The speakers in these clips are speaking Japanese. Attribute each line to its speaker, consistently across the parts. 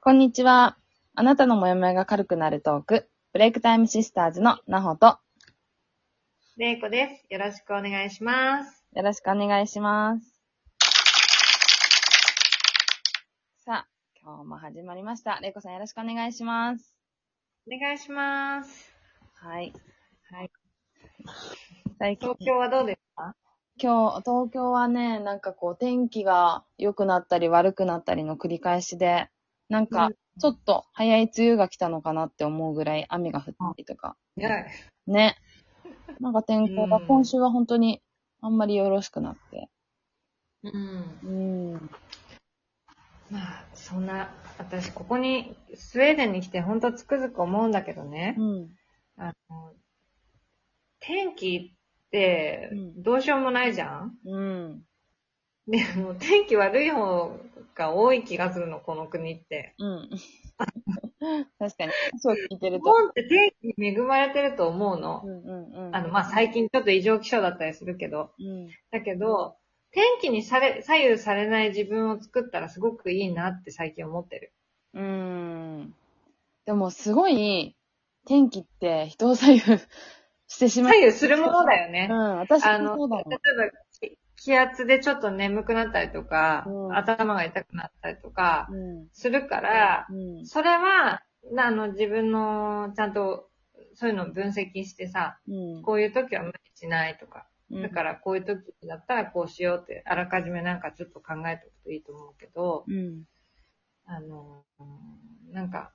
Speaker 1: こんにちは。あなたのモヤモヤが軽くなるトーク、ブレイクタイムシスターズのなほと、
Speaker 2: れいこです。よろしくお願いします。
Speaker 1: よろしくお願いします。さあ、今日も始まりました。れいこさんよろしくお願いします。
Speaker 2: お願いします。
Speaker 1: はい。
Speaker 2: はい。
Speaker 1: 最近
Speaker 2: 東、京はどうです
Speaker 1: 今日、東京はね、なんかこう、天気が良くなったり悪くなったりの繰り返しで、なんか
Speaker 2: うん、
Speaker 1: ちょっと早い梅雨が来たのかなって思うぐらい雨が降ったりとか、
Speaker 2: かはい。
Speaker 1: ね。なんか天候が
Speaker 2: うん
Speaker 1: 今週は本当にあんまりよろしくなって。
Speaker 2: うん。
Speaker 1: うん。
Speaker 2: まあ、そんな、私、ここに、スウェーデンに来て、ほんとつくづく思うんだけどね
Speaker 1: う。ん。
Speaker 2: あの、天気って
Speaker 1: う、ん
Speaker 2: どうしようもないじゃん、
Speaker 1: うん。
Speaker 2: でも、天気悪い方が多い気がするの、この国って。
Speaker 1: うん。確かに。そう聞いてる
Speaker 2: 日
Speaker 1: と。
Speaker 2: 本って天気に恵まれてると思うの
Speaker 1: う。んうんうん。
Speaker 2: あの、まあ、最近ちょっと異常気象だったりするけど。
Speaker 1: うん。
Speaker 2: だけど、天気にされ、左右されない自分を作ったらすごくいいなって最近思ってる。
Speaker 1: うん。でもすごい、天気って人を左右してしまう。
Speaker 2: 左右するものだよね
Speaker 1: う。ん。私
Speaker 2: あ
Speaker 1: も
Speaker 2: の、
Speaker 1: そうだ
Speaker 2: 例え
Speaker 1: もん
Speaker 2: ば、き気圧でちょっと眠くなったりとか、
Speaker 1: うん
Speaker 2: 頭が痛くなったりとか、
Speaker 1: うん。
Speaker 2: するから、
Speaker 1: うん。
Speaker 2: それは、なあの、自分の、ちゃんと、そういうのを分析してさ、
Speaker 1: うん。
Speaker 2: こういう時は無理しないとか、
Speaker 1: うん
Speaker 2: だからこういう時だったらこうしようって、あらかじめなんかちょっと考えておくといいと思うけど、
Speaker 1: うん。
Speaker 2: あの、なんか、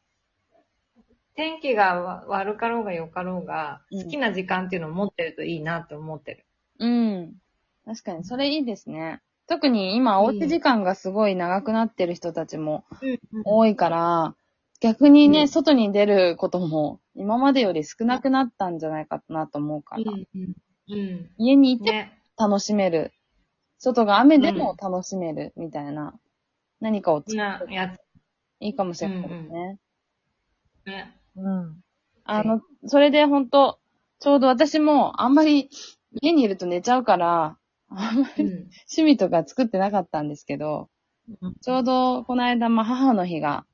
Speaker 2: 天気がわ悪かろうが良かろうが、
Speaker 1: うん
Speaker 2: 好きな時間っていうのを持ってるといいなって思ってる。
Speaker 1: うん。確かに、それいいですね。特に今、おうち時間がすごい長くなってる人たちも多いから、逆にね、
Speaker 2: うん
Speaker 1: 外に出ることも今までより少なくなったんじゃないかなと思うから、
Speaker 2: うん。うん。
Speaker 1: 家にいて
Speaker 2: ね。
Speaker 1: 楽しめる。外が雨でも楽しめるみたいな、何かを作
Speaker 2: な
Speaker 1: る、
Speaker 2: やつ
Speaker 1: いいかもしれないですね。
Speaker 2: ね。
Speaker 1: うん。あの、それで本当ちょうど私もあんまり家にいると寝ちゃうから、あんまり
Speaker 2: うん。
Speaker 1: 趣味とか作ってなかったんですけど、ちょうどこの間、まあ、母の日が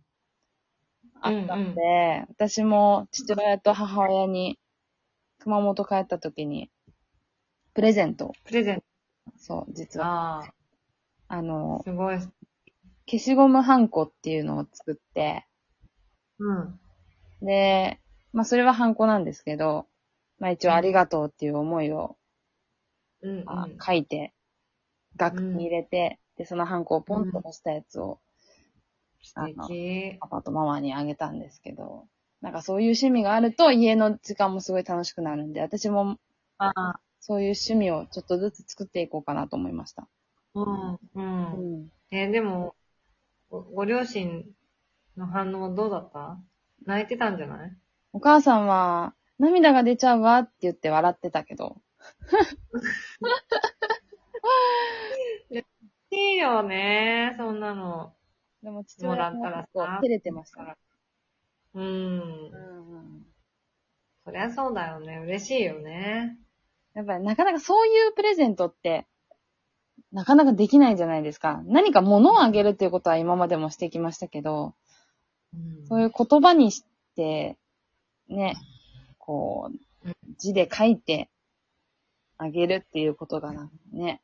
Speaker 1: あったんで、私も父親と母親に熊本帰った時に、プレゼントを、
Speaker 2: プレゼン
Speaker 1: そう、実
Speaker 2: ト。
Speaker 1: は、
Speaker 2: あ
Speaker 1: あ
Speaker 2: あ、
Speaker 1: の、
Speaker 2: すごい。
Speaker 1: 消しゴムハンコっていうのを作って、
Speaker 2: うん。
Speaker 1: で、まあ、それはハンコなんですけど、まあ、一応ありがとうっていう思いを、
Speaker 2: うん、うん。
Speaker 1: あ書いて、額に入れて、で、そのハンコをポンと押したやつを、
Speaker 2: 素敵。
Speaker 1: パパとママにあげたんですけど、なんかそういう趣味があると家の時間もすごい楽しくなるんで、私も
Speaker 2: ああ、
Speaker 1: そういう趣味をちょっとずつ作っていこうかなと思いました。
Speaker 2: うん。う。
Speaker 1: うんん。
Speaker 2: えでもご、ご両親の反応どうだった泣いてたんじゃない
Speaker 1: お母さんは、涙が出ちゃうわって言って笑ってたけど。
Speaker 2: いいよね、そんなの。
Speaker 1: でも父親
Speaker 2: も
Speaker 1: は
Speaker 2: らっ
Speaker 1: 結
Speaker 2: たらさ
Speaker 1: 構照れてましたね。
Speaker 2: うん
Speaker 1: う。ん。
Speaker 2: そりゃそうだよね。嬉しいよね。
Speaker 1: やっぱりなかなかそういうプレゼントって、なかなかできないじゃないですか。何か物をあげるっていうことは今までもしてきましたけど、そう
Speaker 2: い
Speaker 1: いう言葉にして、ね、こう
Speaker 2: う、
Speaker 1: 字で書いてあげるっていうことがなんかね、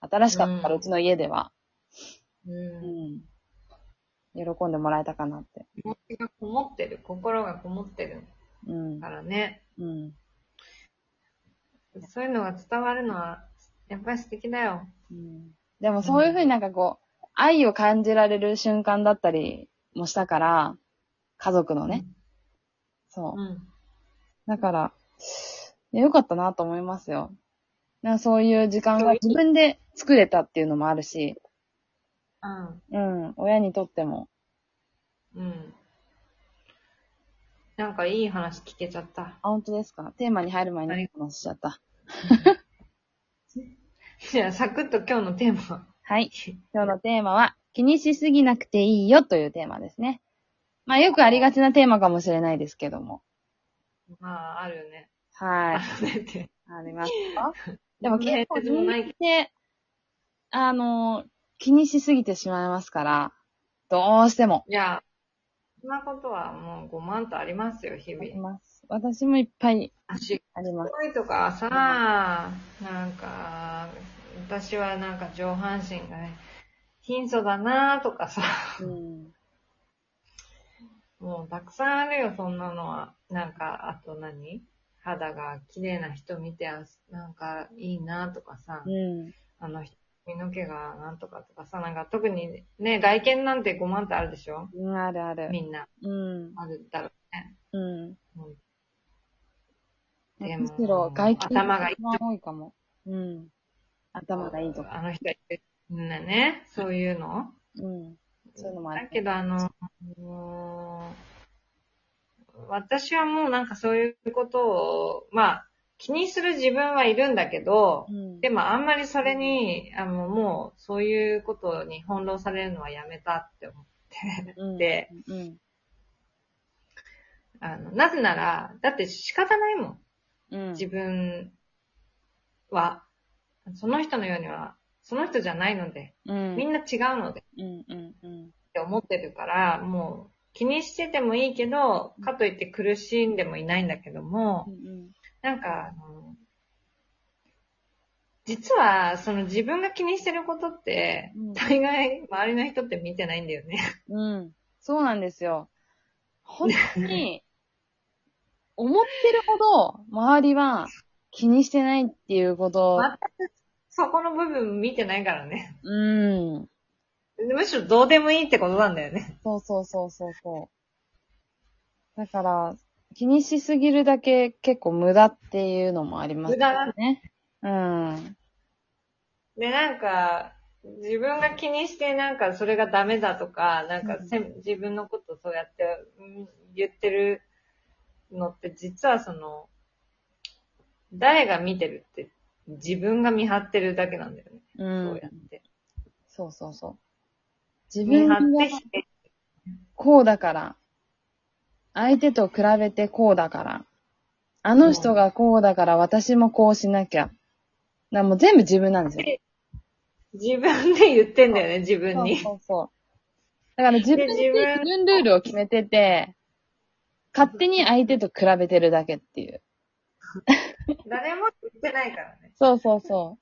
Speaker 1: 新しかったから、
Speaker 2: う
Speaker 1: うんちの家では、
Speaker 2: う。。
Speaker 1: うんん。喜んでもらえたかなって。
Speaker 2: 気持ちがこもってる。心がこもってる
Speaker 1: うん
Speaker 2: か。らね。
Speaker 1: うん。
Speaker 2: そういうのが伝わるのは、やっぱり素敵だよ。
Speaker 1: うん、でもそういうふうになんかこう、愛を感じられる瞬間だったりもしたから、家族のね。そうう。
Speaker 2: ん。
Speaker 1: だから、いや良かったなと思いますよ。なんかそういう時間が自分で作れたっていうのもあるし、うん、親にとっても。
Speaker 2: うん。うん。なんかいい話聞けちゃった。
Speaker 1: あ、本当ですかテーマに入る前
Speaker 2: あ
Speaker 1: に
Speaker 2: り
Speaker 1: 話しちゃった。
Speaker 2: じゃあ、サクッと今日のテーマ。
Speaker 1: はい。今日のテーマは、気にしすぎなくていいよというテーマですね。まあよくありがちなテーマかもしれないですけども。
Speaker 2: まあ、あるよね。
Speaker 1: はい。
Speaker 2: あるねって。
Speaker 1: ありますか でも結構
Speaker 2: そんな
Speaker 1: 自
Speaker 2: やつもない
Speaker 1: 分って、あの、気にしすぎてしまいますから、どうしても。
Speaker 2: いや、そんなことはもうごまんとありますよ、日
Speaker 1: あり
Speaker 2: 々。
Speaker 1: ます。私もいっぱい
Speaker 2: 足
Speaker 1: あります。
Speaker 2: ごいとかさ、なんか、私はなんか上半身が貧相だなとかさ、
Speaker 1: うん。
Speaker 2: もうたくさんあるよ、そんなのは。なんか、あと何肌が綺麗な人見て、あなんかいいなとかさ、
Speaker 1: うん。
Speaker 2: あの人、髪の毛がなんとかとかさ、なんか特にね、外見なんて5万ってあるでしょ
Speaker 1: うん、あるある。
Speaker 2: みんな、
Speaker 1: うん。
Speaker 2: あるだろうね。
Speaker 1: うん。
Speaker 2: で
Speaker 1: むしろ外見
Speaker 2: 頭がいい
Speaker 1: 一番多いかも。うん。頭がいいとか。
Speaker 2: あの人、みんなね、そういうの
Speaker 1: うん。そういうのもあ
Speaker 2: だ
Speaker 1: る。
Speaker 2: けど、あの、もう私はもうなんかそういうことを、まあ、気にする自分はいるんだけど
Speaker 1: う、ん。
Speaker 2: でもあんまりそれに、あの、もうそういうことに翻弄されるのはやめたって思って、
Speaker 1: うん、
Speaker 2: で
Speaker 1: うん。
Speaker 2: あの、なぜなら、だって仕方ないもん、
Speaker 1: うん。
Speaker 2: 自分は。その人のようには、その人じゃないので、
Speaker 1: うん。
Speaker 2: みんな違うので。
Speaker 1: うん。うん。うん。
Speaker 2: って思ってるから、もう気にしててもいいけど、かといって苦しんでもいないんだけど
Speaker 1: う
Speaker 2: も、
Speaker 1: ん。
Speaker 2: なんか、あの実は、その自分が気にしてることって、
Speaker 1: うん
Speaker 2: 大概周りの人って見てないんだよね。
Speaker 1: うん。そうなんですよ。本当に、思ってるほど、周りは気にしてないっていう こと。
Speaker 2: そこの部分見てないからね。
Speaker 1: うん。
Speaker 2: むしろどうでもいいってことなんだよね。
Speaker 1: そうそうそうそうそう。だから、気にしすぎるだけ結構無駄っていうのもあります
Speaker 2: 無駄な
Speaker 1: ね。うん。
Speaker 2: で、なんか、自分が気にして、なんかそれがダメだとか、なんかせ、自分のことそうやってうん言ってるのって、実はその、誰が見てるって、自分が見張ってるだけなんだよね。
Speaker 1: う
Speaker 2: そうんや。って。
Speaker 1: そうそうそう。自
Speaker 2: 見
Speaker 1: 分
Speaker 2: 張
Speaker 1: が
Speaker 2: ってきて、
Speaker 1: こうだから、相手と比べてこうだから、あの人がこうだから私もこうしなきゃ。なもう全部自分なんですよ。
Speaker 2: 自分で言ってんだよね、自分に。
Speaker 1: そうそうそう。だから自分で
Speaker 2: で
Speaker 1: 自
Speaker 2: 自分
Speaker 1: 分ルールを決めてて、勝手に相手と比べてるだけっていう。
Speaker 2: 誰も言ってないからね。
Speaker 1: そうそうそ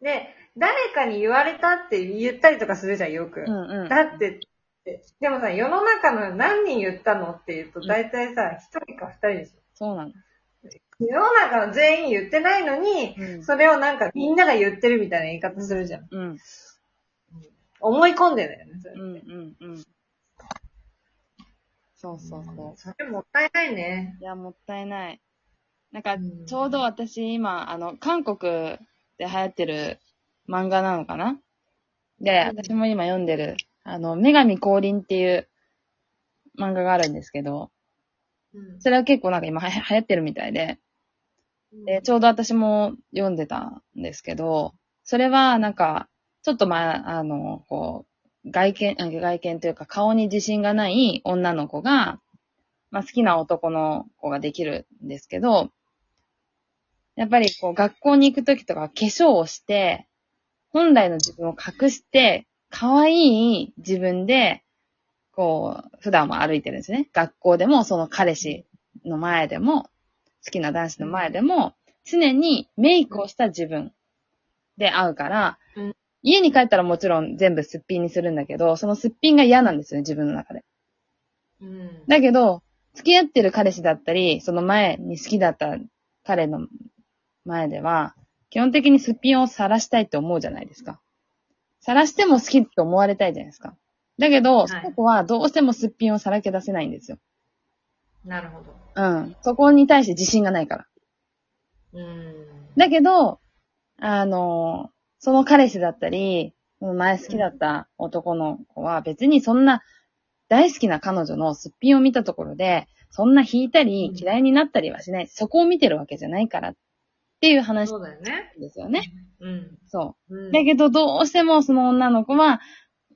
Speaker 2: で、誰かに言われたって言ったりとかするじゃん、よく。
Speaker 1: う。うんうん。
Speaker 2: だってって、でもさ、世の中の何人言ったのって言うと、大体さ、一人か二人でしょ。
Speaker 1: そうなの。
Speaker 2: 世の中の全員言ってないのに、
Speaker 1: うん
Speaker 2: それをなんかみんなが言ってるみたいな言い方するじゃん。
Speaker 1: うん。
Speaker 2: 思い込んでんだよね、それ。
Speaker 1: うんうんうん。そうそうそう。
Speaker 2: それもったいないね。
Speaker 1: いや、もったいない。なんか、
Speaker 2: うん
Speaker 1: ちょうど私今、あの、韓国で流行ってる漫画なのかなで、
Speaker 2: うん
Speaker 1: 私も今読んでる、あの、女神降臨っていう漫画があるんですけど、
Speaker 2: うん
Speaker 1: それは結構なんか今はや流行ってるみたいで、で、ちょうど私も読んでたんですけど、それはなんか、ちょっとまあ、あの、こう、外見、あ外見というか顔に自信がない女の子が、まあ好きな男の子ができるんですけど、やっぱりこう学校に行くときとかは化粧をして、本来の自分を隠して、可愛い自分で、こう、普段も歩いてるんですね。学校でも、その彼氏の前でも、好きな男子の前でも、常にメイクをした自分で会うから
Speaker 2: うん、
Speaker 1: 家に帰ったらもちろん全部すっぴんにするんだけど、そのすっぴんが嫌なんですよね、自分の中で。
Speaker 2: うん。
Speaker 1: だけど、付き合ってる彼氏だったり、その前に好きだった彼の前では、基本的にすっぴんを晒したいって思うじゃないですか。晒しても好きって思われたいじゃないですか。だけど、
Speaker 2: い
Speaker 1: その子はどうしてもすっぴんをさらけ出せないんですよ。
Speaker 2: なるほど。
Speaker 1: うん。そこに対して自信がないから。
Speaker 2: うん。
Speaker 1: だけど、あの、その彼氏だったり、その前好きだった男の子は別にそんな大好きな彼女のすっぴんを見たところで、そんな引いたり
Speaker 2: うん
Speaker 1: 嫌いになったりはしない。そこを見てるわけじゃないからっていう話な
Speaker 2: そうだよね。
Speaker 1: んですよね。
Speaker 2: うん。
Speaker 1: そうう。
Speaker 2: ん
Speaker 1: だけどどうしてもその女の子は、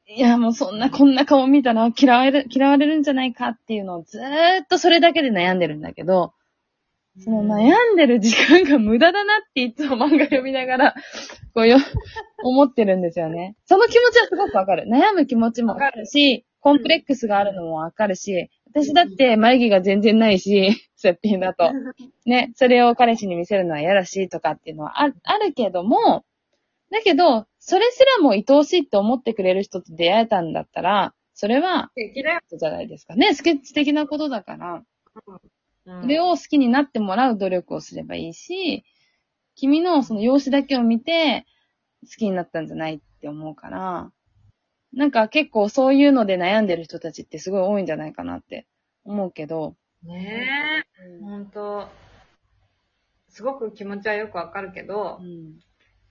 Speaker 1: いやもうそんなこんな顔見たら嫌われる、嫌われるんじゃないかっていうのをずーっとそれだけで悩んでるんだけど、その悩んでる時間が無駄だなっていつも漫画読みながら、 こうよ、思ってるんですよね。その気持ちはすごくわかる。悩む気持ちもわかるし、コンプレックスがあるのもわかるし、私だって眉毛が全然ないし、 すっぴんだと。ね、それを彼氏に見せるのは嫌だし、とかっていうのはああるけども、だけど、それすらも愛おしいって思ってくれる人と出会えたんだったら、それは、
Speaker 2: 素敵だよ。
Speaker 1: じゃないですかね。素敵なことだから、
Speaker 2: うん
Speaker 1: それを好きになってもらう努力をすればいいし、君のその容姿だけを見て、好きになったんじゃないって思うから、なんか結構そういうので悩んでる人たちってすごい多いんじゃないかなって思うけど、
Speaker 2: ねえ、ほんと、すごく気持ちはよくわかるけど、
Speaker 1: うん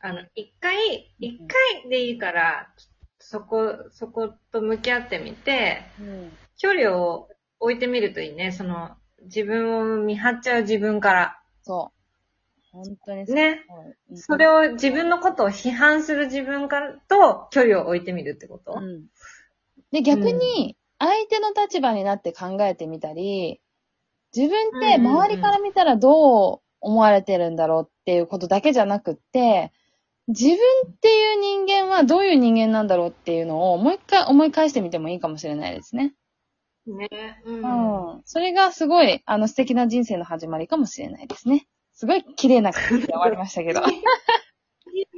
Speaker 2: あの、一回、一回でいいから、そこ、そこと向き合ってみて、距離を置いてみるといいね。その、自分を見張っちゃう自分から。
Speaker 1: そう。本当にそう
Speaker 2: ね。
Speaker 1: うん
Speaker 2: それを、自分のことを批判する自分からと距離を置いてみるってこと、
Speaker 1: うんで、逆に、相手の立場になって考えてみたり、自分って
Speaker 2: うんうんうん
Speaker 1: 周りから見たらどう思われてるんだろうっていうことだけじゃなくって、自分っていう人間はどういう人間なんだろうっていうのをもう一回思い返してみてもいいかもしれないですね。
Speaker 2: ね。うん。
Speaker 1: うん。それがすごい、あの素敵な人生の始まりかもしれないですね。すごい綺麗な感じで終わりましたけど。当
Speaker 2: ま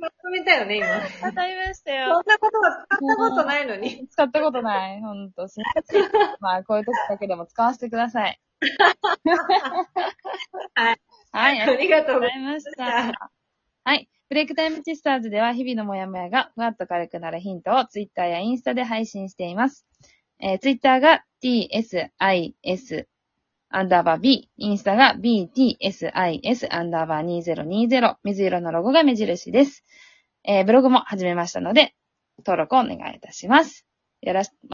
Speaker 2: とめたよね、今。
Speaker 1: たりました
Speaker 2: そ。んなことは使ったことないのに。
Speaker 1: 使ったことない。ほんと、すみません。まあ、こういう時だけでも使わせてください。
Speaker 2: はい。
Speaker 1: はい、あり
Speaker 2: あ
Speaker 1: がと
Speaker 2: りがとう
Speaker 1: う
Speaker 2: ご
Speaker 1: ご
Speaker 2: ざ
Speaker 1: ざ
Speaker 2: い
Speaker 1: いまし。
Speaker 2: ました
Speaker 1: はい。ブレイクタイムチスターズでは日々のモヤモヤがふわっと軽くなるヒントをツイッターやインスタで配信しています。えー、ツイッターが tsis アンダーバー B、インスタが btsis アンダーバー2020、水色のロゴが目印です。えー、ブログも始めましたので、登録をお願いいたします。よろし、